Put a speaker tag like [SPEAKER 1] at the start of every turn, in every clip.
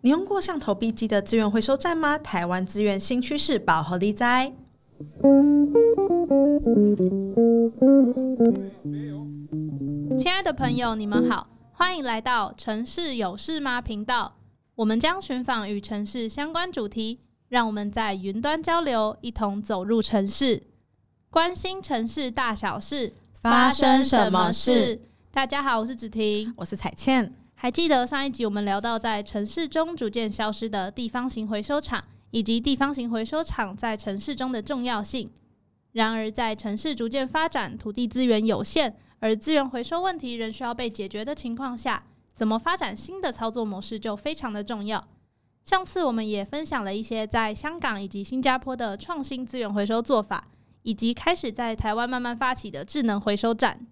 [SPEAKER 1] 你用过像投币机的资源回收站吗？台湾资源新趋势，饱和利哉。
[SPEAKER 2] 亲爱的朋友，你们好，欢迎来到《城市有事吗》频道。我们将寻访与城市相关主题，让我们在云端交流，一同走入城市，关心城市大小事，
[SPEAKER 1] 发生什么事？
[SPEAKER 2] 大家好，我是芷婷。
[SPEAKER 1] 我是彩倩，
[SPEAKER 2] 还记得上一集我们聊到，在城市中逐渐消失的地方型回收厂，以及地方型回收厂在城市中的重要性。然而，在城市逐渐发展、土地资源有限，而资源回收问题仍需要被解决的情况下，怎么发展新的操作模式就非常的重要。上次我们也分享了一些在香港以及新加坡的创新资源回收做法，以及开始在台湾慢慢发起的智能回收站。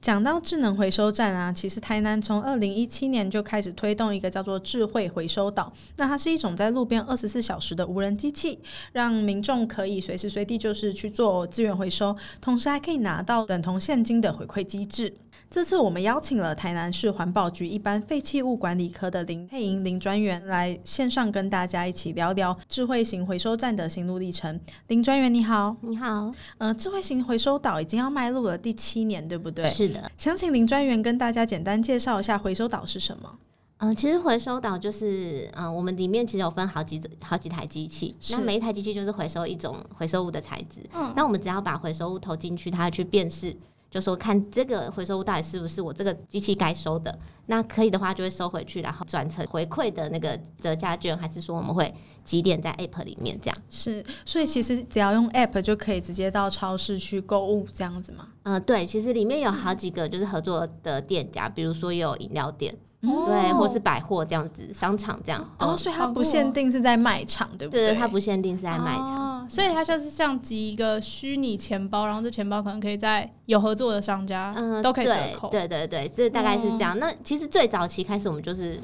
[SPEAKER 1] 讲到智能回收站啊，其实台南从二零一七年就开始推动一个叫做智慧回收岛。那它是一种在路边二十四小时的无人机器，让民众可以随时随地就是去做资源回收，同时还可以拿到等同现金的回馈机制。这次我们邀请了台南市环保局一般废弃物管理科的林佩莹林专员来线上跟大家一起聊聊智慧型回收站的心路历程。林专员你好，
[SPEAKER 3] 你好，
[SPEAKER 1] 呃，智慧型回收岛已经要迈入了第七年，对不对？
[SPEAKER 3] 是的，
[SPEAKER 1] 想请林专员跟大家简单介绍一下回收岛是什么。
[SPEAKER 3] 嗯、其实回收岛就是，嗯、我们里面其实有分好几种好几台机器，
[SPEAKER 1] 是
[SPEAKER 3] 那每一台机器就是回收一种回收物的材质。
[SPEAKER 2] 嗯
[SPEAKER 3] 那我们只要把回收物投进去，它会去辨识，就说看这个回收物到底是不是我这个机器该收的。那可以的话，就会收回去，然后转成回馈的那个折价券，还是说我们会积点在 App 里面这样？
[SPEAKER 1] 是，所以其实只要用 App 就可以直接到超市去购物这样子嘛。
[SPEAKER 3] 嗯、对，其实里面有好几个就是合作的店家，比如说有饮料店，
[SPEAKER 1] 嗯
[SPEAKER 2] 哦
[SPEAKER 3] 对，或是百货这样子，商场这样。
[SPEAKER 1] 哦，
[SPEAKER 3] 嗯
[SPEAKER 1] 所以它
[SPEAKER 2] 好
[SPEAKER 1] 不
[SPEAKER 2] 酷哦
[SPEAKER 1] 限定是在卖场，对不
[SPEAKER 3] 对
[SPEAKER 1] 对，
[SPEAKER 3] 对，它不限定是在卖场。嗯
[SPEAKER 2] 哦，所以它就是像集一个虚拟钱包，然后这钱包可能可以在有合作的商家、
[SPEAKER 3] 嗯，
[SPEAKER 2] 都可以折
[SPEAKER 3] 对
[SPEAKER 2] 扣。嗯
[SPEAKER 3] 对对对，这大概是这样。那其实最早期开始，我们就是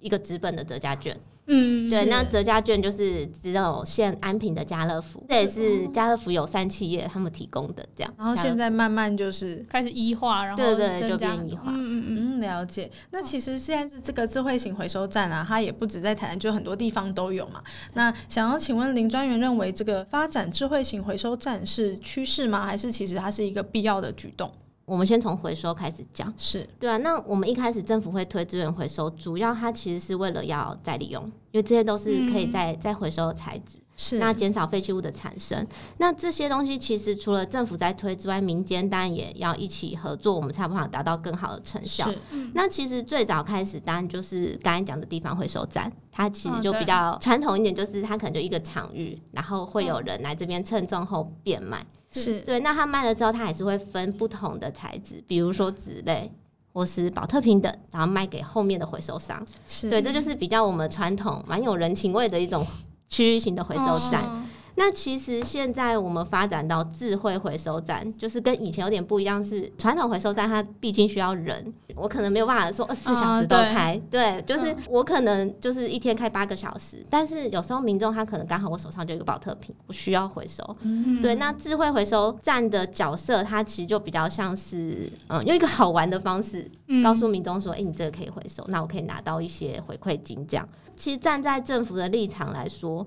[SPEAKER 3] 一个纸本的折价券。
[SPEAKER 2] 嗯，
[SPEAKER 3] 对，
[SPEAKER 1] 是
[SPEAKER 3] 那折价券就是只有限安平的家乐福，这也是
[SPEAKER 2] 嗯
[SPEAKER 3] 家乐福友善企业他们提供的这样。
[SPEAKER 1] 然后
[SPEAKER 3] 家乐
[SPEAKER 1] 现在慢慢就是。
[SPEAKER 2] 开始一化，然后
[SPEAKER 3] 对
[SPEAKER 2] 增
[SPEAKER 3] 对
[SPEAKER 2] 加
[SPEAKER 3] 就变一化
[SPEAKER 2] 嗯嗯嗯，
[SPEAKER 1] 嗯，了解。那其实现在这个智慧型回收站啊，它也不止在台南，就很多地方都有嘛。那想要请问林专员，认为这个发展智慧型回收站是趋势吗？还是其实它是一个必要的举动？
[SPEAKER 3] 我们先从回收开始讲。
[SPEAKER 1] 是，
[SPEAKER 3] 对啊，那我们一开始政府会推资源回收，主要它其实是为了要再利用，因为这些都是可以
[SPEAKER 2] 嗯
[SPEAKER 3] 再、再回收的材质。
[SPEAKER 1] 是
[SPEAKER 3] 那减少废弃物的产生。那这些东西其实除了政府在推之外，民间当然也要一起合作，我们才有办法达到更好的成效。
[SPEAKER 1] 是
[SPEAKER 3] 那其实最早开始，当然就是刚才讲的地方回收站，它其实
[SPEAKER 2] 嗯
[SPEAKER 3] 就
[SPEAKER 2] 对
[SPEAKER 3] 比较传统一点，就是它可能就一个场域，然后会
[SPEAKER 2] 嗯
[SPEAKER 3] 有人来这边称重后变卖。
[SPEAKER 1] 是
[SPEAKER 3] 对，那它卖了之后，它还是会分不同的材质，比如说纸类或是保特瓶等，然后卖给后面的回收商。
[SPEAKER 1] 是，
[SPEAKER 3] 对，这就是比较我们传统蛮有人情味的一种 区域型的回收站。
[SPEAKER 2] 嗯
[SPEAKER 3] 那其实现在我们发展到智慧回收站，就是跟以前有点不一样，是传统回收站它毕竟需要人，我可能没有办法说二十四小时都开，对，就是我可能就是一天开八个小时，但是有时候民众他可能刚好我手上就有一个保特瓶，我需要回收，
[SPEAKER 2] 嗯
[SPEAKER 3] 对，那智慧回收站的角色它其实就比较像是嗯用一个好玩的方式，
[SPEAKER 2] 嗯
[SPEAKER 3] 告诉民众说：“哎、你这个可以回收，那我可以拿到一些回馈金。”这样，其实站在政府的立场来说，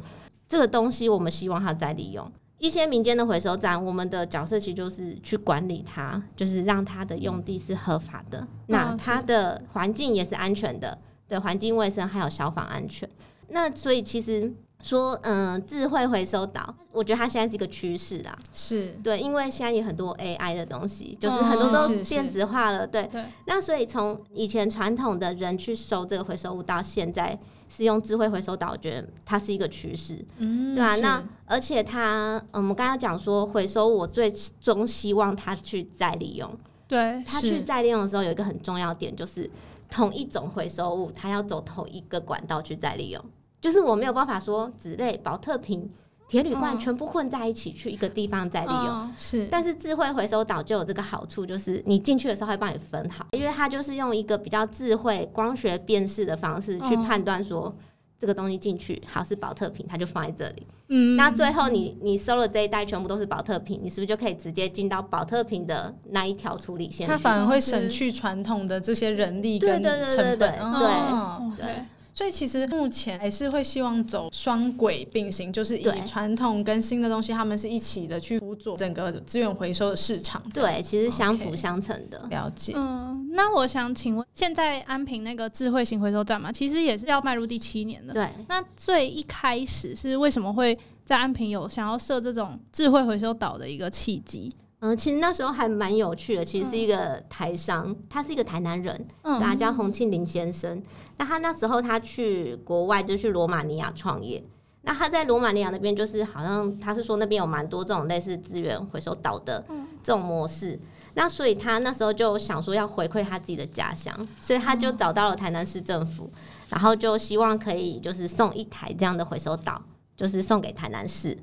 [SPEAKER 3] 这个东西我们希望它再利用。一些民间的回收站，我们的角色其实就是去管理它，就是让它的用地是合法的，那
[SPEAKER 2] 嗯
[SPEAKER 3] 它的环境也是安全的，对环境卫生还有消防安全。那所以其实说，嗯、智慧回收岛，我觉得它现在是一个趋势啊。
[SPEAKER 1] 是
[SPEAKER 3] 对，因为现在有很多 AI 的东西，就是
[SPEAKER 2] 嗯
[SPEAKER 3] 很多都
[SPEAKER 1] 是是是
[SPEAKER 3] 电子化了，对。
[SPEAKER 2] 对
[SPEAKER 3] 那所以从以前传统的人去收这个回收物，到现在是用智慧回收岛，我觉得它是一个趋势，
[SPEAKER 1] 嗯，
[SPEAKER 3] 对啊，
[SPEAKER 1] 是
[SPEAKER 3] 那而且它，嗯我们刚刚讲说回收，我最终希望它去再利用。
[SPEAKER 2] 对，
[SPEAKER 3] 它
[SPEAKER 1] 是
[SPEAKER 3] 去再利用的时候，有一个很重要点，就是同一种回收物，它要走同一个管道去再利用。就是我没有办法说纸类、保特瓶、铁铝罐
[SPEAKER 2] 嗯
[SPEAKER 3] 全部混在一起去一个地方再利用。
[SPEAKER 2] 嗯
[SPEAKER 1] 是
[SPEAKER 3] 但是智慧回收岛就有这个好处，就是你进去的时候它会帮你分好，因为它就是用一个比较智慧光学辨识的方式去
[SPEAKER 2] 嗯
[SPEAKER 3] 判断说。这个东西进去好是保特瓶，它就放在这里。
[SPEAKER 2] 嗯
[SPEAKER 3] 那最后你你收了这一袋全部都是保特瓶，你是不是就可以直接进到保特瓶的那一条处理线去？
[SPEAKER 1] 它反而会省去传统的这些人力
[SPEAKER 3] 对
[SPEAKER 1] 跟
[SPEAKER 2] 嗯
[SPEAKER 3] 对对对
[SPEAKER 1] 成本。
[SPEAKER 3] 对
[SPEAKER 1] 哦
[SPEAKER 3] 对，
[SPEAKER 1] 所以其实目前还是会希望走双轨并行，就是以
[SPEAKER 3] 对
[SPEAKER 1] 传统跟新的东西，他们是一起的去辅佐整个资源回收的市场。
[SPEAKER 3] 对，其实相辅
[SPEAKER 1] OK
[SPEAKER 3] 相成的。
[SPEAKER 1] 了解。
[SPEAKER 2] 嗯，那我想请问，现在安平那个智慧型回收站嘛，其实也是要迈入第七年了。
[SPEAKER 3] 对，
[SPEAKER 2] 那最一开始是为什么会在安平有想要设这种智慧回收岛的一个契机？
[SPEAKER 3] 嗯、其实那时候还蛮有趣的。其实是一个台商，他是一个台南人，
[SPEAKER 2] 嗯
[SPEAKER 3] 大家啊叫洪庆林先生。那他那时候他去国外，就去罗马尼亚创业。那他在罗马尼亚那边，就是好像他是说那边有蛮多这种类似资源回收岛的这种模式。那所以他那时候就想说要回馈他自己的家乡，所以他就找到了台南市政府，然后就希望可以就是送一台这样的回收岛，就是送给台南市。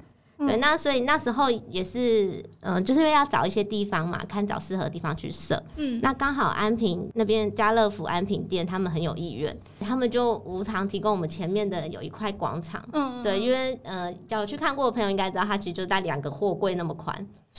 [SPEAKER 3] 对，那所以那时候也是，嗯，就是因为要找一些地方嘛，看找适合的地方去设。
[SPEAKER 2] 嗯，
[SPEAKER 3] 那刚好安平那边家乐福安平店他们很有意愿，他们就无偿提供我们前面的有一块广场。
[SPEAKER 2] 嗯
[SPEAKER 3] 对，因为呃，叫我去看过的朋友应该知道，它其实就在两个货柜那么宽，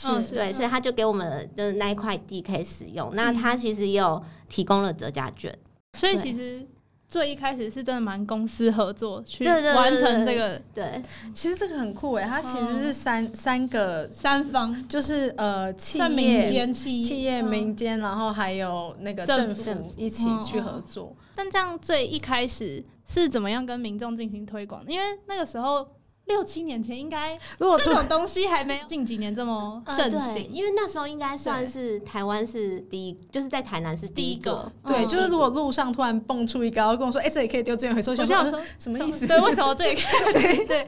[SPEAKER 2] 嗯是
[SPEAKER 3] 对，所以他就给我们就是那一块地可以使
[SPEAKER 2] 嗯
[SPEAKER 3] 用。那他其实也有提供了折价券，
[SPEAKER 2] 所以
[SPEAKER 3] 对
[SPEAKER 2] 其实最一开始是真的蛮公司合作去
[SPEAKER 3] 对对对对
[SPEAKER 2] 完成这个
[SPEAKER 3] 对
[SPEAKER 1] 其实这个很酷诶，欸
[SPEAKER 3] 嗯
[SPEAKER 1] 它其实是三、三个，
[SPEAKER 2] 三方
[SPEAKER 1] 就是呃企
[SPEAKER 2] 算民
[SPEAKER 1] 业、
[SPEAKER 2] 间企业
[SPEAKER 1] 企业、
[SPEAKER 2] 嗯
[SPEAKER 1] 民间，然后还有那个
[SPEAKER 2] 政
[SPEAKER 1] 政
[SPEAKER 3] 府嗯
[SPEAKER 1] 府一起去合作。
[SPEAKER 2] 但这样最一开始是怎么样跟民众进行推广？因为那个时候六七年前应该
[SPEAKER 1] 如果
[SPEAKER 2] 这种东西还没有近几年这么盛
[SPEAKER 3] 哦呃对
[SPEAKER 2] 行。
[SPEAKER 3] 因为那时候应该算是台湾是第一，就是在台南是
[SPEAKER 2] 第
[SPEAKER 3] 第
[SPEAKER 2] 一
[SPEAKER 3] 一
[SPEAKER 2] 个
[SPEAKER 3] 个，
[SPEAKER 1] 对，
[SPEAKER 2] 嗯
[SPEAKER 1] 就是如果路上突然蹦出一个，然后跟我说：“哎、这里可以丢资源回收。”
[SPEAKER 2] 我就
[SPEAKER 1] 想
[SPEAKER 2] 想
[SPEAKER 1] 说
[SPEAKER 2] 说
[SPEAKER 1] 什么意思？
[SPEAKER 2] 对，为什么这个？ 对对，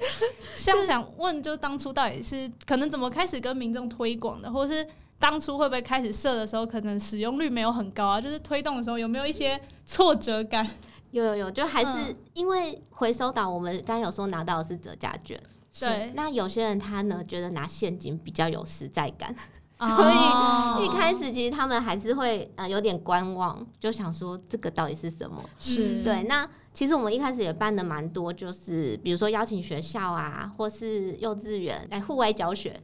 [SPEAKER 2] 像想问，就当初到底是可能怎么开始跟民众推广的，或是当初会不会开始设的时候，可能使用率没有很高啊？就是推动的时候有没有一些挫折感？
[SPEAKER 3] 有有有，就还是
[SPEAKER 2] 嗯
[SPEAKER 3] 因为回收到我们刚刚有说拿到的是折价券，
[SPEAKER 2] 对，
[SPEAKER 3] 那有些人他呢觉得拿现金比较有实在感，所
[SPEAKER 2] 以
[SPEAKER 3] 以哦
[SPEAKER 1] 哦
[SPEAKER 3] 一开始其实他们还是会呃有点观望，就想说这个到底是什么？
[SPEAKER 2] 是嗯
[SPEAKER 3] 对，那其实我们一开始也办的蛮多，就是比如说邀请学校啊，或是幼稚园来户外教学，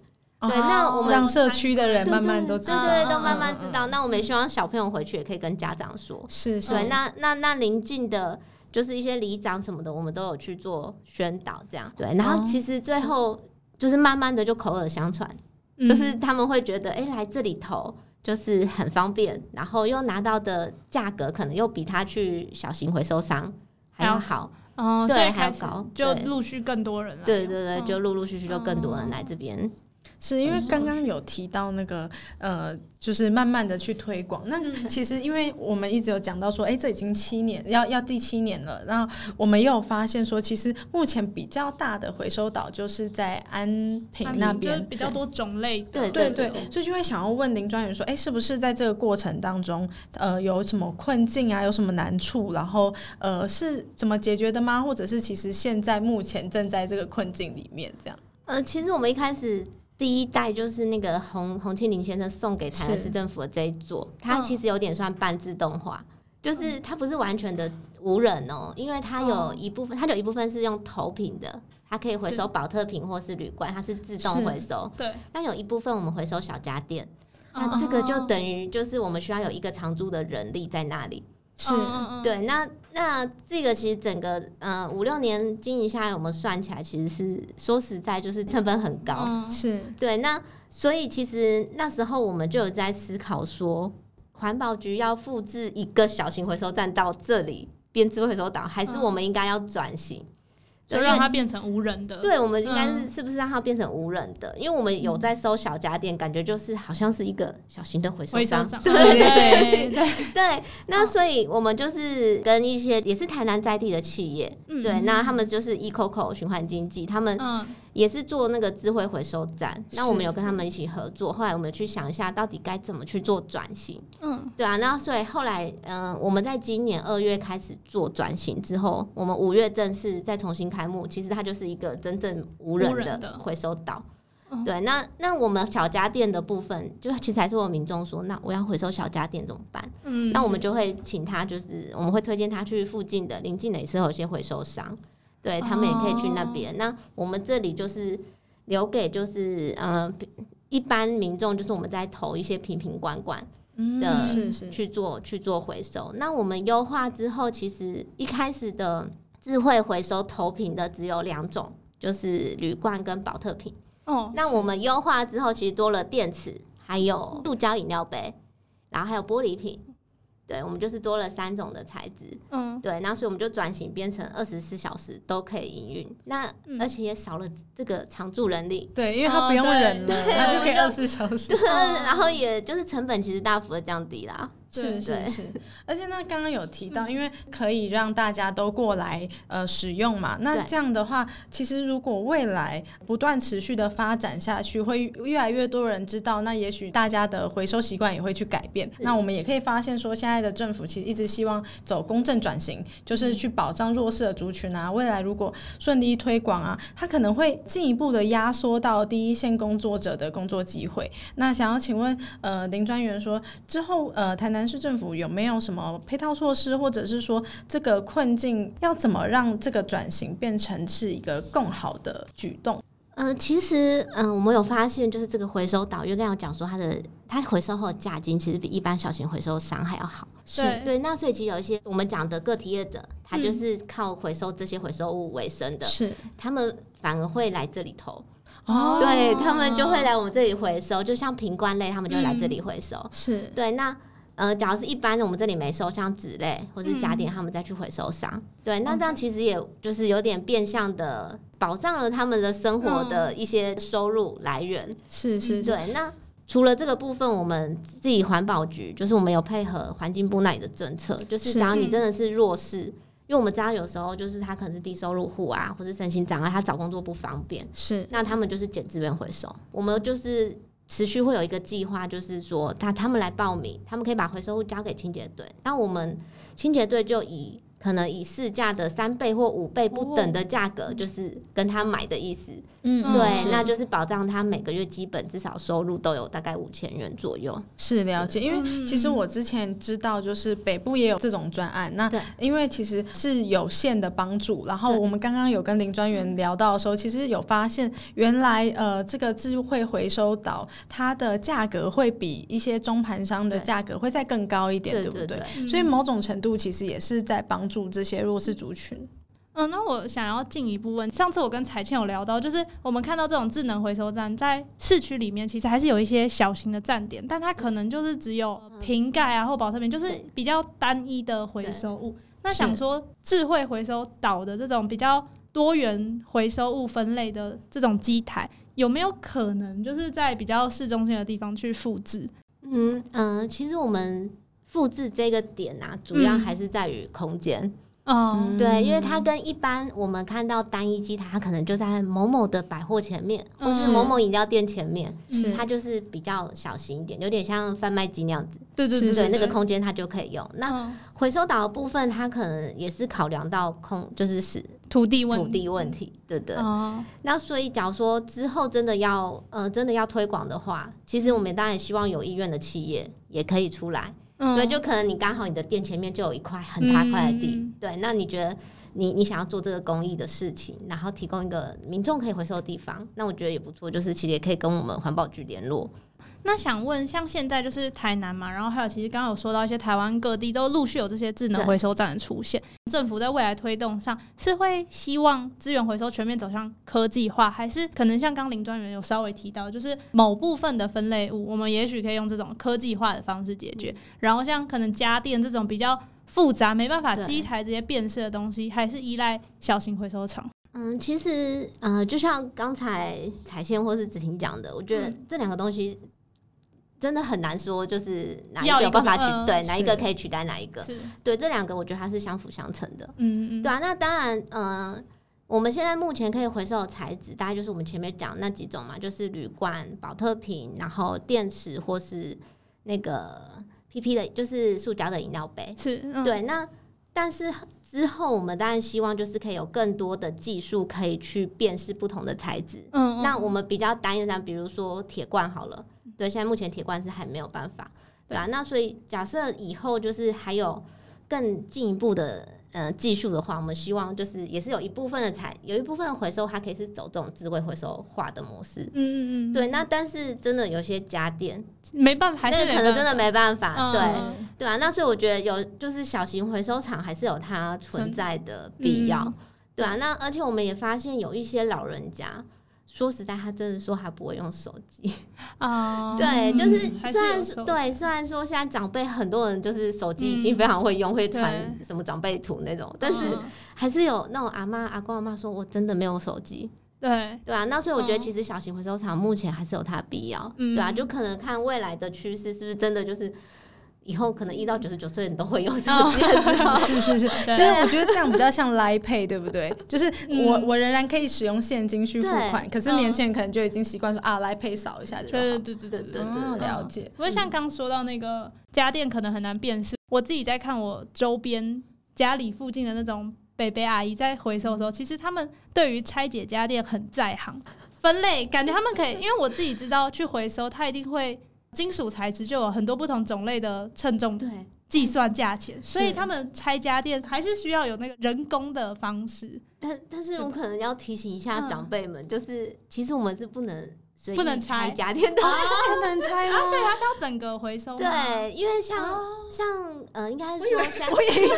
[SPEAKER 1] 哦
[SPEAKER 3] 对，那我们
[SPEAKER 1] 让社区的人慢慢都知
[SPEAKER 3] 对
[SPEAKER 1] 道，
[SPEAKER 2] 嗯
[SPEAKER 3] 对，对都
[SPEAKER 2] 嗯
[SPEAKER 3] 慢慢知道。
[SPEAKER 1] 嗯嗯
[SPEAKER 3] 那我们也希望小朋友回去也可以跟家长说
[SPEAKER 1] 嗯，是是
[SPEAKER 3] 对，那那那邻近的，就是一些里长什么的，我们都有去做宣导，这样对。然
[SPEAKER 1] 哦
[SPEAKER 3] 后其实最后就是慢慢的就口耳相传，
[SPEAKER 2] 嗯
[SPEAKER 3] 就是他们会觉得，哎、来这里投就是很方便，然后又拿到的价格可能又比他去小型回收商还要好，
[SPEAKER 2] 哦，
[SPEAKER 3] 对
[SPEAKER 2] 所以
[SPEAKER 3] 还
[SPEAKER 2] 开
[SPEAKER 3] 要
[SPEAKER 2] 始
[SPEAKER 3] 搞
[SPEAKER 2] 就
[SPEAKER 3] 对
[SPEAKER 2] 陆续更多人来用，
[SPEAKER 3] 对对对，
[SPEAKER 2] 嗯
[SPEAKER 3] 就陆陆续续就更多人来这边，
[SPEAKER 1] 是因为刚刚有提到那个呃，就是慢慢的去推广。那
[SPEAKER 2] 嗯
[SPEAKER 1] 其实因为我们一直有讲到说，哎、这已经七年，要要第七年了。然后我们也有发现说，其实目前比较大的回收岛就是在安平
[SPEAKER 2] 安
[SPEAKER 1] 那
[SPEAKER 2] 平就是
[SPEAKER 1] 边。
[SPEAKER 2] 比较多种类的，
[SPEAKER 3] 对
[SPEAKER 1] 对
[SPEAKER 3] 对
[SPEAKER 1] 对，所以就会想要问林专员说，哎、是不是在这个过程当中，呃，有什么困境啊，有什么难处，然后呃，是怎么解决的吗？或者是其实现在目前正在这个困境里面，这样
[SPEAKER 3] 呃，其实我们一开始第一代就是那个洪洪庆林先生送给台南
[SPEAKER 1] 是
[SPEAKER 3] 市政府的这一座，它
[SPEAKER 2] 嗯
[SPEAKER 3] 其实有点算半自动化，就是它不是完全的无人哦、因为它有
[SPEAKER 2] 哦
[SPEAKER 3] 一部分，它有一部分是用投屏的，它可以回
[SPEAKER 2] 是
[SPEAKER 3] 收保特瓶或是铝罐，它是自
[SPEAKER 1] 是
[SPEAKER 3] 动回收。
[SPEAKER 2] 对，
[SPEAKER 3] 但有一部分我们回收小家电，
[SPEAKER 2] 哦
[SPEAKER 3] 那这个就等于就是我们需要有一个常驻的人力在那里。
[SPEAKER 1] 是。
[SPEAKER 2] 嗯嗯嗯
[SPEAKER 3] 对，那那这个其实整个呃五六年经营下来，我们算起来其实是说实在就是成本很高。
[SPEAKER 2] 嗯
[SPEAKER 1] 是
[SPEAKER 3] 对，那所以其实那时候我们就有在思考说，环保局要复制一个小型回收站到这里编智慧回收岛，还是
[SPEAKER 2] 嗯
[SPEAKER 3] 我们应该要转型？
[SPEAKER 2] 就
[SPEAKER 3] 对
[SPEAKER 2] 让
[SPEAKER 3] 因为
[SPEAKER 2] 它变成无人的，
[SPEAKER 3] 对，我们应该是、
[SPEAKER 2] 嗯
[SPEAKER 3] 是不是让它变成无人的？因为我们有在收小家电，感觉就是好像是一个小型的回收
[SPEAKER 2] 回收嗯厂，
[SPEAKER 3] 商。对
[SPEAKER 1] 对
[SPEAKER 2] 对对，
[SPEAKER 3] 对，那所以我们就是跟一些也是台南在地的企业，
[SPEAKER 2] 嗯
[SPEAKER 3] 对，那他们就是 Ecoco 循环经济，他们
[SPEAKER 2] 嗯
[SPEAKER 3] 也是做那个智慧回收站，那
[SPEAKER 1] 是
[SPEAKER 3] 我们有跟他们一起合作。后来我们去想一下，到底该怎么去做转型，
[SPEAKER 2] 嗯
[SPEAKER 3] 对啊。那所以后来，嗯、我们在今年二月开始做转型之后，我们五月正式再重新开幕。其实它就是一个真正无
[SPEAKER 2] 无人
[SPEAKER 3] 人
[SPEAKER 2] 的
[SPEAKER 3] 的回收岛
[SPEAKER 2] 嗯。
[SPEAKER 3] 对，那那我们小家电的部分，就其实还是我民众说，那我要回收小家电怎么办？
[SPEAKER 2] 嗯，
[SPEAKER 3] 那我们就会请他，就是我们会推荐他去附近的邻近的也是有一些回收商，对他们也可以去那边。那我们这里就是留给就是呃一般民众，就是我们在投一些瓶瓶罐罐
[SPEAKER 1] 嗯
[SPEAKER 3] 的
[SPEAKER 1] 是是
[SPEAKER 3] 去做去做回收。那我们优化之后，其实一开始的智慧回收投屏的只有两种，就是铝罐跟保特瓶。
[SPEAKER 2] 哦，
[SPEAKER 3] 那我们优化之后，其实多了电池，还有塑胶饮料杯，然后还有玻璃瓶。对，我们就是多了三种的材质。
[SPEAKER 2] 嗯，
[SPEAKER 3] 对，那所以我们就转型变成二十四小时都可以营运。那、
[SPEAKER 2] 嗯
[SPEAKER 3] 而且也少了这个常驻人力，
[SPEAKER 1] 对，因为他
[SPEAKER 2] 哦
[SPEAKER 1] 不用
[SPEAKER 2] 对
[SPEAKER 1] 忍了，
[SPEAKER 2] 对
[SPEAKER 1] 他就可以
[SPEAKER 2] 我
[SPEAKER 3] 就
[SPEAKER 1] 二十四小时。
[SPEAKER 3] 对， 然后也就是成本其实大幅的降低啦。
[SPEAKER 1] 是
[SPEAKER 2] 对
[SPEAKER 1] 是
[SPEAKER 3] 对 嗯
[SPEAKER 1] 是，而且呢，刚刚有提到，因为可以让大家都过来呃使用嘛，那
[SPEAKER 3] 对
[SPEAKER 1] 这样的话，其实如果未来不断持续的发展下去，会越来越多人知道，那也许大家的回收习惯也会去改变。那我们也可以发现说，现在的政府其实一直希望走公正转型，
[SPEAKER 3] 嗯
[SPEAKER 1] 就是去保障弱势的族群啊。未来如果顺利推广啊，它可能会进一步的压缩到第一线工作者的工作机会。那想要请问呃林专员说，之后，呃，台南市政府有没有什么配套措施，或者是说这个困境要怎么让这个转型变成是一个更好的举动？
[SPEAKER 3] 嗯，其实嗯、呃我们有发现，就是这个回收岛，就刚刚有讲说它的它回收后的价金其实比一般小型回收商还要好。
[SPEAKER 2] 对
[SPEAKER 3] 对，那所以其实有一些我们讲的个体业者，他
[SPEAKER 2] 嗯
[SPEAKER 3] 就是靠回收这些回收物为生的，
[SPEAKER 1] 是
[SPEAKER 3] 他们反而会来这里投，
[SPEAKER 1] 哦，
[SPEAKER 3] 对他们就会来我们这里回收，就像瓶罐类，他们就会来这里回收。
[SPEAKER 1] 是
[SPEAKER 3] 对，那呃，假如是一般的，我们这里没收，像纸类或是家
[SPEAKER 2] 嗯
[SPEAKER 3] 电，他们再去回收商。对，那这样其实也就是有点变相的保障了他们的生活的一些收入来源。
[SPEAKER 1] 是是是，
[SPEAKER 3] 对，那。除了这个部分，我们自己环保局就是我们有配合环境部那里的政策，就是
[SPEAKER 1] 是
[SPEAKER 3] 假如你
[SPEAKER 2] 嗯
[SPEAKER 3] 真的是弱势，因为我们知道有时候就是他可能是低收入户啊，或是身心障碍，他找工作不方便，
[SPEAKER 1] 是
[SPEAKER 3] 那他们就是捡资源回收。我们就是持续会有一个计划，就是说他他们来报名，他们可以把回收物交给清洁队，那我们清洁队就以可能以市价的三倍或五倍不等的价格，就是跟他买的意思。
[SPEAKER 1] 嗯
[SPEAKER 2] 嗯
[SPEAKER 3] 对，
[SPEAKER 1] 是
[SPEAKER 3] 那就是保障他每个月基本至少收入都有大概五千元左右。
[SPEAKER 1] 是了解，因为其实
[SPEAKER 2] 嗯
[SPEAKER 1] 我之前知道，就是北部也有这种专案。那
[SPEAKER 3] 对
[SPEAKER 1] 因为其实是有限的帮助，然后
[SPEAKER 3] 对
[SPEAKER 1] 我们刚刚有跟林专员聊到的时候，其实有发现原来呃这个智慧回收岛它的价格会比一些中盘商的
[SPEAKER 3] 对
[SPEAKER 1] 价格会再更高一点，
[SPEAKER 3] 对
[SPEAKER 1] 对不
[SPEAKER 3] 对
[SPEAKER 1] 对？
[SPEAKER 2] 嗯
[SPEAKER 1] 所以某种程度其实也是在帮助这些弱势族群。
[SPEAKER 2] 嗯，那我想要进一步问，上次我跟彩倩有聊到，就是我们看到这种智能回收站在市区里面，其实还是有一些小型的站点，但它可能就是只有瓶盖啊或保特瓶，就是
[SPEAKER 3] 嗯对
[SPEAKER 2] 比较单一的回收物。那想
[SPEAKER 1] 是
[SPEAKER 2] 说智慧回收岛的这种比较多元回收物分类的这种机台，有没有可能就是在比较市中心的地方去复制？
[SPEAKER 3] 嗯嗯、呃其实我们复制这个点啊，主要
[SPEAKER 2] 嗯
[SPEAKER 3] 还是在于空间。
[SPEAKER 2] 哦，
[SPEAKER 3] 对，因为它跟一般我们看到单一机台，它可能就在某某的百货前面，或是
[SPEAKER 2] 嗯
[SPEAKER 3] 某某饮料店前面，
[SPEAKER 1] 是
[SPEAKER 3] 它就是比较小型一点，有点像贩卖机那样子。
[SPEAKER 2] 对对
[SPEAKER 1] 是
[SPEAKER 2] 对
[SPEAKER 3] 对，
[SPEAKER 2] 对，嗯
[SPEAKER 3] 那个空间它就可以用。那
[SPEAKER 2] 那
[SPEAKER 3] 回收岛的部分，它可能也是考量到空，就是是
[SPEAKER 2] 土地问
[SPEAKER 3] 土地问题，对不对？
[SPEAKER 2] 哦，
[SPEAKER 3] 那所以，假如说之后真的要，呃，真的要推广的话，其实我们当然希望有意愿的企业也可以出来。
[SPEAKER 2] 嗯
[SPEAKER 3] 对，就可能你刚好你的店前面就有一块很大块的地，
[SPEAKER 2] 嗯
[SPEAKER 3] 对，那你觉得你你想要做这个公益的事情，然后提供一个民众可以回收的地方，那我觉得也不错，就是其实也可以跟我们环保局联络。
[SPEAKER 2] 那想问，像现在就是台南嘛，然后还有其实刚刚有说到一些台湾各地都陆续有这些智能
[SPEAKER 3] 对
[SPEAKER 2] 回收站的出现，政府在未来推动上是会希望资源回收全面走向科技化，还是可能像刚林专员有稍微提到，就是某部分的分类物，我们也许可以用这种科技化的方式解决，
[SPEAKER 3] 嗯
[SPEAKER 2] 然后像可能家电这种比较复杂没办法
[SPEAKER 3] 对
[SPEAKER 2] 机台直接辨识的东西，还是依赖小型回收厂。
[SPEAKER 3] 嗯，其实呃，就像刚才彩线或是子婷讲的，我觉得
[SPEAKER 2] 嗯
[SPEAKER 3] 这两个东西真的很难说，就是哪
[SPEAKER 2] 要
[SPEAKER 3] 个
[SPEAKER 2] 一
[SPEAKER 3] 有办
[SPEAKER 2] 个
[SPEAKER 3] 法取
[SPEAKER 2] 呃
[SPEAKER 3] 对哪一个嗯
[SPEAKER 1] 是
[SPEAKER 3] 可以取代哪一个。
[SPEAKER 2] 是，
[SPEAKER 3] 对，这两个我觉得它是相辅相成的。
[SPEAKER 2] 嗯嗯，
[SPEAKER 3] 对啊，那当然，嗯、我们现在目前可以回收的材质，大概就是我们前面讲那几种嘛，就是铝罐、保特瓶，然后电池或是那个 PP 的，就是塑胶的饮料杯。
[SPEAKER 2] 是，嗯、
[SPEAKER 3] 对，那但是之后我们当然希望就是可以有更多的技术可以去辨识不同的材质。
[SPEAKER 2] 嗯，嗯，
[SPEAKER 3] 那我们比较单一的像比如说铁罐好了，对，现在目前铁罐是还没有办法，对啊，那所以假设以后就是还有更进一步的呃技术的话，我们希望就是也是有一部分的采，有一部分的回收，它可以是走这种智慧回收化的模式。
[SPEAKER 2] 嗯嗯嗯，
[SPEAKER 3] 对，那但是真的有些家电，
[SPEAKER 2] 没办法，还
[SPEAKER 3] 那
[SPEAKER 2] 是
[SPEAKER 3] 个
[SPEAKER 2] 没
[SPEAKER 3] 可能真
[SPEAKER 2] 办
[SPEAKER 3] 的没办法，
[SPEAKER 2] 法
[SPEAKER 3] 对，
[SPEAKER 2] 嗯嗯
[SPEAKER 3] 对啊，那所以我觉得有就是小型回收厂还是有它存
[SPEAKER 2] 存
[SPEAKER 3] 在的必要，
[SPEAKER 2] 嗯
[SPEAKER 3] 对啊。那而且我们也发现有一些老人家，说实在，他真的说他不会用手机。
[SPEAKER 2] 啊，
[SPEAKER 3] 嗯 对，就是
[SPEAKER 2] 还
[SPEAKER 3] 虽然
[SPEAKER 2] 有
[SPEAKER 3] 说
[SPEAKER 2] 手
[SPEAKER 3] 对，虽然说现在长辈很多人就是手机已经非常会用，会传什么长辈图那种，但是
[SPEAKER 2] 嗯
[SPEAKER 3] 还是有那种阿妈、阿公、阿妈说，我真的没有手机。
[SPEAKER 2] 对，
[SPEAKER 3] 对啊，那所以我觉得
[SPEAKER 2] 嗯
[SPEAKER 3] 其实小型回收厂目前还是有它的必要，
[SPEAKER 2] 嗯
[SPEAKER 3] 对啊，就可能看未来的趋势是不是真的就是以后可能一到九十九岁你都会用手
[SPEAKER 2] 哦
[SPEAKER 3] 机的 时候，
[SPEAKER 1] 是是是，
[SPEAKER 2] 对
[SPEAKER 1] 其实我觉得这样比较像 Line Pay，对不 对？就是我、
[SPEAKER 2] 嗯
[SPEAKER 1] 我仍然可以使用现金去付款，可是
[SPEAKER 2] 嗯
[SPEAKER 1] 年轻人可能就已经习惯说啊，Line Pay 扫一下就好。
[SPEAKER 2] 对对对对
[SPEAKER 3] 对
[SPEAKER 2] 对
[SPEAKER 3] 对嗯对
[SPEAKER 1] 哦
[SPEAKER 3] 对
[SPEAKER 1] 了解。
[SPEAKER 2] 不过像刚说到那个家电，可能很难辨识。我自己在看我周边家里附近的那种北北阿姨在回收的时候，其实他们对于拆解家电很在行，分类感觉他们可以，因为我自己知道去回收，它一定会金属材质就有很多不同种类的称重
[SPEAKER 3] 对
[SPEAKER 2] 计算价钱，所以他们拆家电还是需要有那个人工的方式，
[SPEAKER 3] 但但是我可能要提醒一下
[SPEAKER 2] 嗯
[SPEAKER 3] 长辈们，就是其实我们是不能随意
[SPEAKER 2] 不能拆哦
[SPEAKER 3] 拆家电的，
[SPEAKER 1] 不能啊 猜哦吗？
[SPEAKER 2] 所以它是要整个回收吗。
[SPEAKER 3] 对，因为像、
[SPEAKER 2] 哦
[SPEAKER 3] 像呃，应该是说像
[SPEAKER 1] 我也有，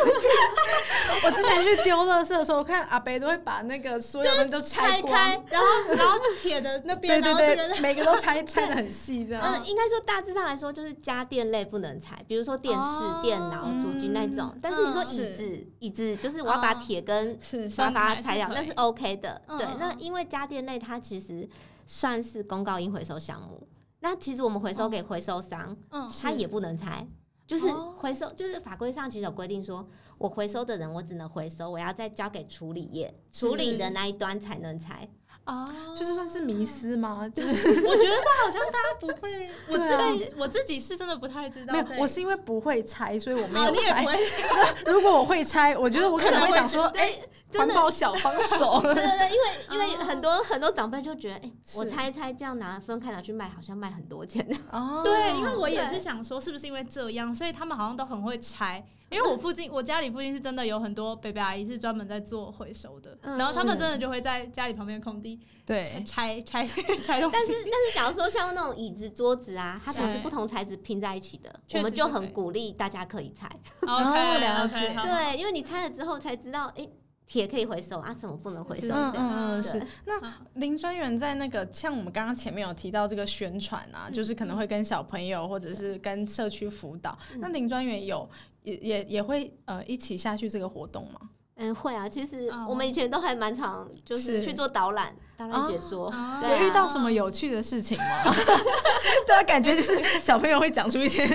[SPEAKER 1] 我之前去丢垃圾的时候，我看阿北都会把那个所有东西都
[SPEAKER 2] 拆
[SPEAKER 1] 光，
[SPEAKER 2] 开，然后然后铁的那边，
[SPEAKER 1] 对
[SPEAKER 2] 然
[SPEAKER 1] 对
[SPEAKER 2] 后这个
[SPEAKER 1] 对，每个都拆拆的很细，这样。
[SPEAKER 2] 哦
[SPEAKER 3] 嗯，应该说大致上来说，就是家电类不能拆，比如说电视、
[SPEAKER 2] 哦
[SPEAKER 3] 电脑、主机那种
[SPEAKER 2] 嗯。
[SPEAKER 3] 但是你说
[SPEAKER 2] 嗯
[SPEAKER 3] 椅
[SPEAKER 1] 是
[SPEAKER 3] 子，椅子就是我要把
[SPEAKER 2] 哦
[SPEAKER 3] 铁跟
[SPEAKER 1] 是
[SPEAKER 3] 把它
[SPEAKER 2] 拆
[SPEAKER 3] 拆掉，
[SPEAKER 2] 可
[SPEAKER 3] 那
[SPEAKER 2] 以
[SPEAKER 3] 是 OK 的。
[SPEAKER 2] 嗯
[SPEAKER 3] 对
[SPEAKER 2] 嗯，
[SPEAKER 3] 那
[SPEAKER 2] 嗯
[SPEAKER 3] 因为家电类它其实算是公告应回收项目，那其实我们回收给回收商，
[SPEAKER 2] 嗯
[SPEAKER 3] 他
[SPEAKER 1] 是
[SPEAKER 3] 也不能拆。就是
[SPEAKER 2] 哦
[SPEAKER 3] 回收，就是法规上其实有规定说，我回收的人我只能回收，我要再交给处理业，处理的那一端才能拆。
[SPEAKER 2] 啊，
[SPEAKER 1] 就是 算是迷思吗？
[SPEAKER 2] 嗯
[SPEAKER 1] 就是
[SPEAKER 2] 我觉得这好像大家不会，我
[SPEAKER 1] 对啊
[SPEAKER 2] 自己我自己是真的不太知道
[SPEAKER 1] 没
[SPEAKER 2] 这
[SPEAKER 1] 有
[SPEAKER 2] 个。，
[SPEAKER 1] 我是因为不会拆，所以我没
[SPEAKER 2] 哦
[SPEAKER 1] 有
[SPEAKER 2] 你也
[SPEAKER 1] 拆
[SPEAKER 2] 不。会，
[SPEAKER 1] 如果我会拆，我觉得我可能会想说，
[SPEAKER 3] 可能
[SPEAKER 1] 哎
[SPEAKER 3] 会，
[SPEAKER 1] 环
[SPEAKER 3] 真的
[SPEAKER 1] 保小帮手。
[SPEAKER 3] 对对对，因为因
[SPEAKER 2] 哦
[SPEAKER 3] 为很多、很多长辈就觉得，哎、我
[SPEAKER 1] 是
[SPEAKER 3] 猜一猜这样拿分开拿去卖，好像卖很多钱。
[SPEAKER 1] 哦
[SPEAKER 2] 对，因为我也
[SPEAKER 3] 对
[SPEAKER 2] 是想说，是不是因为这样，所以他们好像都很会拆。因为我附近，我家里附近是真的有很多北北阿姨是专门在做回收的，
[SPEAKER 3] 嗯
[SPEAKER 2] 然后他们
[SPEAKER 1] 是
[SPEAKER 2] 真的就会在家里旁边的空地
[SPEAKER 1] 对
[SPEAKER 2] 拆拆拆东西。
[SPEAKER 3] 但是但是，假如说像那种椅子、桌子啊，它可能
[SPEAKER 2] 是
[SPEAKER 3] 是不同材质拼在一起的，
[SPEAKER 2] 确
[SPEAKER 3] 我
[SPEAKER 2] 实
[SPEAKER 3] 们就
[SPEAKER 2] 可
[SPEAKER 3] 是
[SPEAKER 2] 以
[SPEAKER 3] 很鼓励大家可以拆。
[SPEAKER 2] OK，
[SPEAKER 1] 哦了解
[SPEAKER 3] 对，因为你拆了之后才知道，哎、铁可以回收啊，什么不能回收
[SPEAKER 2] 是
[SPEAKER 3] 这
[SPEAKER 1] 嗯
[SPEAKER 3] 样。
[SPEAKER 1] 嗯嗯
[SPEAKER 3] 对
[SPEAKER 1] 是。那林专员在那个像我们刚刚前面有提到这个宣传啊，
[SPEAKER 3] 嗯
[SPEAKER 1] 就是可能会跟小朋友或者是跟社区辅导。
[SPEAKER 3] 嗯
[SPEAKER 1] 那林专员有也也也会呃一起下去这个活动吗？
[SPEAKER 3] 嗯，会啊。其实
[SPEAKER 2] 哦
[SPEAKER 3] 我们以前都还蛮常，就是
[SPEAKER 1] 是
[SPEAKER 3] 去做导览、导览
[SPEAKER 1] 哦
[SPEAKER 3] 解说。
[SPEAKER 2] 啊
[SPEAKER 3] 对啊
[SPEAKER 1] 有遇到什么有趣的事情吗？ 对啊，感觉就是小朋友会讲出一些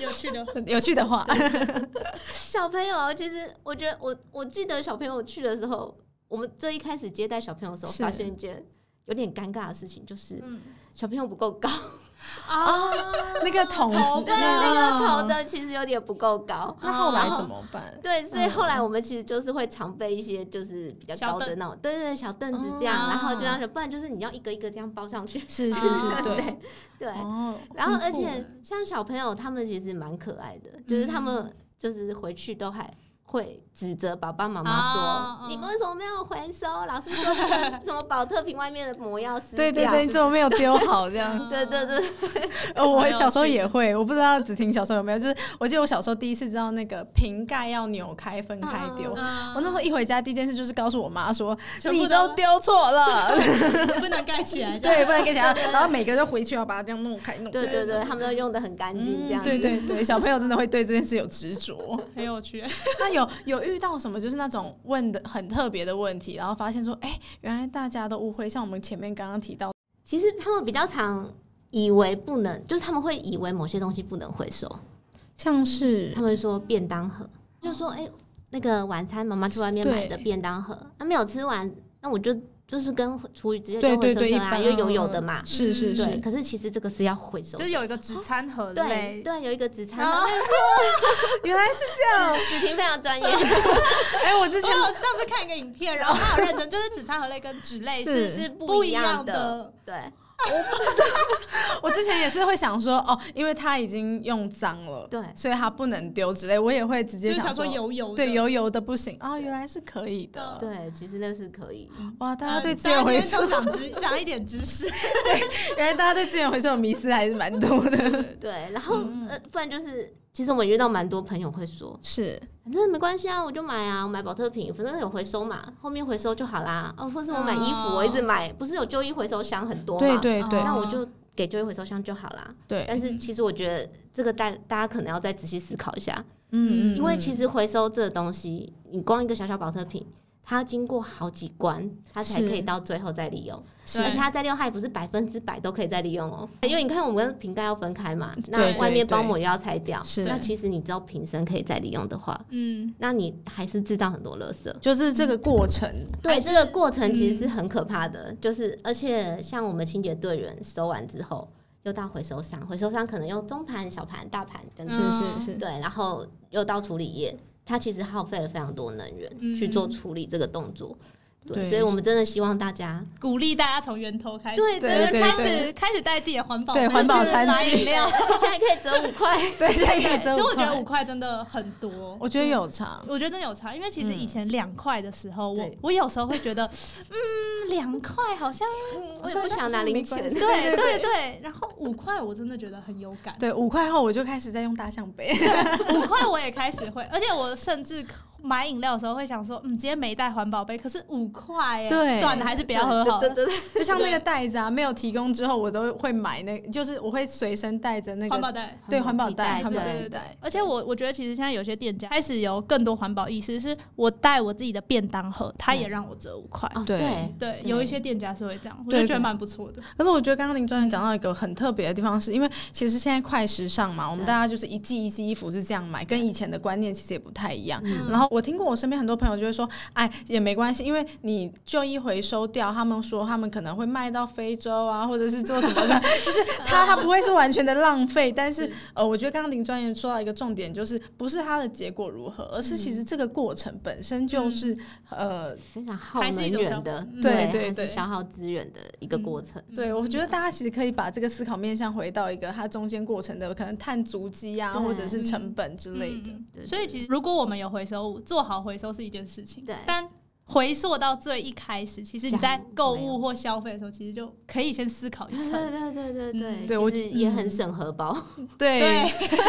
[SPEAKER 2] 有趣的，
[SPEAKER 1] 有趣的话。
[SPEAKER 3] 啊小朋友，其实我觉得我我记得小朋友去的时候，我们最一开始接待小朋友的时候，
[SPEAKER 1] 是
[SPEAKER 3] 发现一件有点尴尬的事情，就是
[SPEAKER 2] 嗯
[SPEAKER 3] 小朋友不够高，
[SPEAKER 1] 哦
[SPEAKER 2] 啊，
[SPEAKER 1] 那个筒子
[SPEAKER 2] 头
[SPEAKER 3] 对，
[SPEAKER 1] 嗯
[SPEAKER 3] 那个头的其实有点不够高。
[SPEAKER 1] 那后来
[SPEAKER 3] 哦
[SPEAKER 1] 怎么办？
[SPEAKER 3] 对，所以
[SPEAKER 1] 嗯
[SPEAKER 3] 后来我们其实就是会常备一些就是比较
[SPEAKER 2] 小
[SPEAKER 3] 高的
[SPEAKER 2] 凳
[SPEAKER 3] 那种，对对对小凳子这样，然后就
[SPEAKER 1] 哦
[SPEAKER 3] 这样，不然就是你要一个一个这样包上去。
[SPEAKER 1] 是是
[SPEAKER 2] 哦
[SPEAKER 1] 是，对。
[SPEAKER 3] 对，
[SPEAKER 1] 哦，
[SPEAKER 3] 然后
[SPEAKER 1] 很
[SPEAKER 3] 而
[SPEAKER 1] 酷
[SPEAKER 3] 且像小朋友他们其实蛮可爱的，就是他
[SPEAKER 1] 嗯
[SPEAKER 3] 们就是回去都还。会指责爸爸妈妈说：“
[SPEAKER 1] 哦
[SPEAKER 2] 啊
[SPEAKER 3] 你
[SPEAKER 2] 嗯
[SPEAKER 3] 们为什么没有回收？老师说不能什么保特瓶外面的膜要撕掉。”
[SPEAKER 1] 对对对，你怎么没有丢好这样？
[SPEAKER 3] 对对对
[SPEAKER 1] 呃，我
[SPEAKER 2] 蛮有
[SPEAKER 1] 小时候
[SPEAKER 2] 趣
[SPEAKER 1] 也会，我不知道子婷小时候有没有，就是我记得我小时候第一次知道那个瓶盖要扭开分开丢，
[SPEAKER 3] 嗯
[SPEAKER 1] 我那时候一回家第一件事就是告诉我妈说，
[SPEAKER 2] 全部
[SPEAKER 1] 你
[SPEAKER 2] 都
[SPEAKER 1] 都丢错 了，
[SPEAKER 2] 不能盖起来，这样
[SPEAKER 1] 对，不能跟讲，然后每个就回去要把它这样弄开弄开。
[SPEAKER 3] 对对对，他们都用的很干净，
[SPEAKER 1] 嗯
[SPEAKER 3] 这样子。
[SPEAKER 1] 对对对，小朋友真的会对这件事有执着。
[SPEAKER 2] 很有趣。
[SPEAKER 1] 那有有遇到什么就是那种问的很特别的问题，然后发现说，哎、原来大家都误会，像我们前面刚刚提到，
[SPEAKER 3] 其实他们比较常以为不能，就是他们会以为某些东西不能回收。
[SPEAKER 1] 像是
[SPEAKER 3] 他们说便当盒，就说哎、那个晚餐妈妈去外面买的
[SPEAKER 1] 对
[SPEAKER 3] 便当盒，那、没有吃完，那我就就是跟厨余直接
[SPEAKER 1] 对
[SPEAKER 3] 丢
[SPEAKER 1] 对
[SPEAKER 3] 回收
[SPEAKER 1] 对，一
[SPEAKER 3] 车啊，
[SPEAKER 1] 般
[SPEAKER 3] 因为有有的嘛。嗯
[SPEAKER 1] 是是
[SPEAKER 3] 对，
[SPEAKER 1] 是，
[SPEAKER 3] 可是其实这个是要回收
[SPEAKER 2] 就
[SPEAKER 3] 的。
[SPEAKER 2] 是有一个纸餐盒
[SPEAKER 3] 对
[SPEAKER 2] 类，
[SPEAKER 3] 对，有一个紫
[SPEAKER 2] 然后
[SPEAKER 3] 餐，
[SPEAKER 1] 哦原来是这 样。
[SPEAKER 3] 紫婷非常专业，
[SPEAKER 1] 哎、我之
[SPEAKER 2] 我
[SPEAKER 1] 前
[SPEAKER 2] 有上次看一个影片，然后他有认真，就是纸餐盒类跟纸类
[SPEAKER 1] 是
[SPEAKER 2] 是
[SPEAKER 3] 哎是不
[SPEAKER 2] 不
[SPEAKER 3] 一
[SPEAKER 2] 一
[SPEAKER 3] 样
[SPEAKER 2] 样
[SPEAKER 3] 的。对，
[SPEAKER 1] 我之前也是会想说，哦，因为它已经用脏了，
[SPEAKER 3] 对
[SPEAKER 1] 所以它不能丢之类。我也会直
[SPEAKER 2] 就
[SPEAKER 1] 接
[SPEAKER 2] 是想
[SPEAKER 1] 说，
[SPEAKER 2] 说油油的
[SPEAKER 1] 对，油油的不行啊、原来是可以的。
[SPEAKER 3] 对，其实那是可以。
[SPEAKER 1] 哇，大
[SPEAKER 2] 嗯
[SPEAKER 1] 家啊对资
[SPEAKER 2] 大家
[SPEAKER 1] 源回
[SPEAKER 2] 今天
[SPEAKER 1] 收，
[SPEAKER 2] 都 讲知讲一点知识，
[SPEAKER 1] 原来大家对资源回收的迷思还是蛮多的。
[SPEAKER 3] 对，然后、
[SPEAKER 1] 嗯
[SPEAKER 3] 呃，不然就是，其实我们遇到蛮多朋友会说，
[SPEAKER 1] 是，
[SPEAKER 3] 反正没关系啊，我就买啊，我买保特瓶，反正有回收嘛，后面回收就好啦。哦，或是我买衣服，
[SPEAKER 2] 哦
[SPEAKER 3] 我一直买，不是有旧衣回收箱很多
[SPEAKER 1] 对
[SPEAKER 3] 嘛？
[SPEAKER 1] 对对
[SPEAKER 3] 那我就给旧衣回收箱就好啦。
[SPEAKER 1] 对，嗯
[SPEAKER 3] 但是其实我觉得这个大大家可能要再仔细思考一下，
[SPEAKER 1] 嗯
[SPEAKER 3] 因为其
[SPEAKER 1] 实
[SPEAKER 3] 实回收这个东西，你光一个小小保特瓶，它要经过好几关，它才
[SPEAKER 1] 是
[SPEAKER 3] 可以到最后再利用。
[SPEAKER 2] 是
[SPEAKER 3] 而且它再利用，它也不是百分之百都可以再利用哦，因为你看我们瓶盖要分开嘛，
[SPEAKER 1] 对
[SPEAKER 3] 那
[SPEAKER 1] 嗯对
[SPEAKER 3] 外面包膜也要拆掉，
[SPEAKER 1] 是
[SPEAKER 3] 那其实你只有瓶身可以再利用的话，
[SPEAKER 2] 嗯，
[SPEAKER 3] 那你还是制造很多垃圾。
[SPEAKER 1] 就是这个过程，
[SPEAKER 3] 对，
[SPEAKER 2] 还是
[SPEAKER 3] 这个过程其实是很可怕的，就是而且像我们清洁队员收完之后，又到回收商，回收商可能用中盘、小盘、大盘跟
[SPEAKER 2] 嗯
[SPEAKER 1] 是，
[SPEAKER 3] 对，然后又到处理业，它其实耗费了非常多能源、
[SPEAKER 2] 嗯
[SPEAKER 3] 去做处理这个动作。对，
[SPEAKER 1] 对
[SPEAKER 3] 所以我们真的希望大家
[SPEAKER 2] 鼓励大家从源头开始，
[SPEAKER 3] 对
[SPEAKER 1] 对
[SPEAKER 2] 真的
[SPEAKER 1] 对
[SPEAKER 2] 开
[SPEAKER 1] 对
[SPEAKER 2] 始开始带自己的环保
[SPEAKER 1] 对
[SPEAKER 2] 杯
[SPEAKER 1] 环保
[SPEAKER 2] 去
[SPEAKER 1] 餐
[SPEAKER 2] 买
[SPEAKER 1] 具
[SPEAKER 2] 饮料，
[SPEAKER 3] 现在可以折五块，
[SPEAKER 1] 对，这个
[SPEAKER 2] 所以我觉得五
[SPEAKER 1] 我，
[SPEAKER 2] 块真的很多，
[SPEAKER 1] 我觉得有差，
[SPEAKER 2] 我觉得真的有差，因为其实以前两块的时候，我
[SPEAKER 3] 对
[SPEAKER 2] 我有时候会觉得，嗯，两块好像
[SPEAKER 3] 我也不想拿零钱。
[SPEAKER 2] 对对对，然后五块我真的觉得很有感，
[SPEAKER 1] 对，五块后我就开始在用大象杯，
[SPEAKER 2] 五块我也开始会，而且我甚至买饮料的时候会想说，嗯，今天没带环保杯，可是五块耶，
[SPEAKER 1] 对
[SPEAKER 2] 算了，还是不要喝好
[SPEAKER 3] 对
[SPEAKER 2] 了。
[SPEAKER 3] 对对对
[SPEAKER 1] 就像那个袋子啊，没有提供之后，我都会买那，就是我会随身带着那
[SPEAKER 2] 环保
[SPEAKER 1] 个，
[SPEAKER 2] 袋。
[SPEAKER 1] 对，环
[SPEAKER 3] 环
[SPEAKER 1] 保
[SPEAKER 3] 保袋
[SPEAKER 1] 袋，环保
[SPEAKER 2] 对对
[SPEAKER 1] 袋
[SPEAKER 2] 对
[SPEAKER 1] 袋，
[SPEAKER 2] 而且我我觉得其实现在有些店家开始有更多环保意识，是我带我自己的便当盒，他也让我折五块。
[SPEAKER 3] 哦
[SPEAKER 1] 对
[SPEAKER 3] 对
[SPEAKER 2] 对，
[SPEAKER 3] 对
[SPEAKER 2] 有一些店家是会这样，我
[SPEAKER 1] 对
[SPEAKER 2] 就觉得蛮不错的。
[SPEAKER 1] 可是我觉得刚刚林专员讲到一个很特别的地方是，因为其实现在快时尚嘛，我们
[SPEAKER 3] 对
[SPEAKER 1] 大家就是一季一季衣服是这样买，跟以前的观念其实也不太一样。
[SPEAKER 2] 嗯
[SPEAKER 1] 然后我听过我身边很多朋友就会说，哎，也没关系，因为你旧衣回收掉，他们说他们可能会卖到非洲啊，或者是做什么的，就是他他不会是完全的浪费。但是
[SPEAKER 2] 是
[SPEAKER 1] 呃，我觉得刚刚林专员说到一个重点，就是不是它的结果如何，而是其实这个过程本身就是、呃
[SPEAKER 3] 非常耗能源的
[SPEAKER 2] 还是一种消，
[SPEAKER 1] 对对
[SPEAKER 3] 它
[SPEAKER 1] 对
[SPEAKER 3] 是消耗资源的一个过程。
[SPEAKER 2] 嗯
[SPEAKER 1] 对，我觉得大家其实可以把这个思考面向回到一个它中间过程的可能碳足迹啊，
[SPEAKER 3] 对
[SPEAKER 1] 或者是成本之类的。
[SPEAKER 2] 嗯
[SPEAKER 3] 对
[SPEAKER 2] 所以
[SPEAKER 3] 对
[SPEAKER 2] 其实如果我们有回收物，做好回收是一件事情，
[SPEAKER 3] 对
[SPEAKER 2] 但回溯到最一开始，其实你在
[SPEAKER 3] 假如
[SPEAKER 2] 购
[SPEAKER 3] 没有
[SPEAKER 2] 物或消费的时候，其实就可以先思考一
[SPEAKER 3] 对
[SPEAKER 2] 层。嗯
[SPEAKER 3] 对对对对
[SPEAKER 1] 嗯对我
[SPEAKER 3] 其实也很省荷包。
[SPEAKER 1] 对
[SPEAKER 2] 对，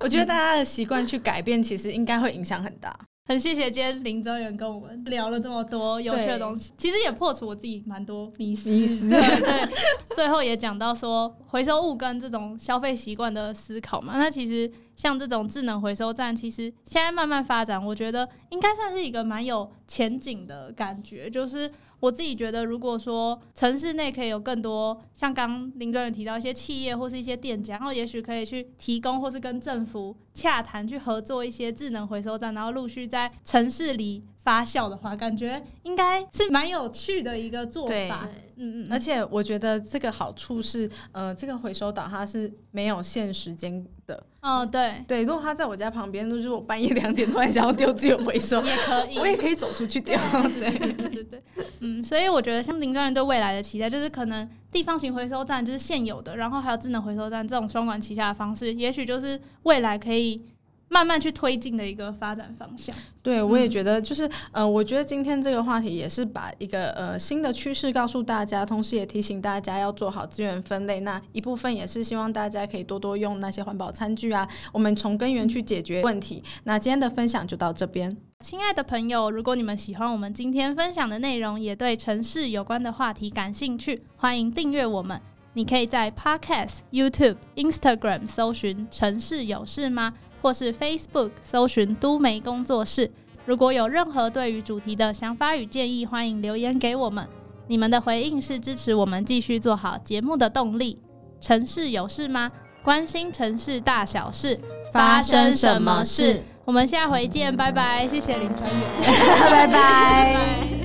[SPEAKER 1] 我觉得大家的习惯去改变，其实应该会影响很大。
[SPEAKER 2] 很谢谢今天林周远跟我们聊了这么多有趣的东西，其实也破除我自己蛮多迷思。
[SPEAKER 1] 迷思
[SPEAKER 2] 对对，最后也讲到说回收物跟这种消费习惯的思考嘛，那其实像这种智能回收站，其实现在慢慢发展，我觉得应该算是一个蛮有前景的感觉，就是。我自己觉得，如果说城市内可以有更多像刚林专员提到一些企业或是一些店家，然后也许可以去提供或是跟政府洽谈去合作一些智能回收站，然后陆续在城市里发酵的话，感觉应该是蛮有趣的一个做
[SPEAKER 1] 对
[SPEAKER 2] 法。嗯嗯，
[SPEAKER 1] 而
[SPEAKER 2] 且
[SPEAKER 1] 且我觉得这个好处是，呃，这个回收岛它是没有限时间的。
[SPEAKER 2] 哦对，，
[SPEAKER 1] 对，如果它在我家旁边，就是我半夜两点突然想要丢资源回收
[SPEAKER 2] 也可以，
[SPEAKER 1] 我也可以走出去丢。对，
[SPEAKER 2] 对对对对，嗯，所以我觉得像林专员对未来的期待，就是可能地方型回收站就是现有的，然后还有智能回收站这种双管齐下的方式，也许就是未来可以慢慢去推进的一个发展方向。
[SPEAKER 1] 对，我
[SPEAKER 2] 嗯
[SPEAKER 1] 也觉得，就是、呃，我觉得今天这个话题也是把一个呃新的趋势告诉大家，同时也提醒大家要做好资源分类。那一部分也是希望大家可以多多用那些环保餐具啊，我们从根源去解决问题。那今天的分享就到这边，
[SPEAKER 2] 亲爱的朋友，如果你们喜欢我们今天分享的内容，也对城市有关的话题感兴趣，欢迎订阅我们。你可以在 Podcast、YouTube、Instagram 搜寻“城市有事吗”，或是 Facebook 搜寻“都媒工作室”。如果有任何对于主题的想法与建议，欢迎留言给我们。你们的回应是支持我们继续做好节目的动力。城市有事吗？关心城市大小事，发生什么事？我们下回见，拜拜！谢谢林川远，
[SPEAKER 1] 拜拜。
[SPEAKER 2] 拜拜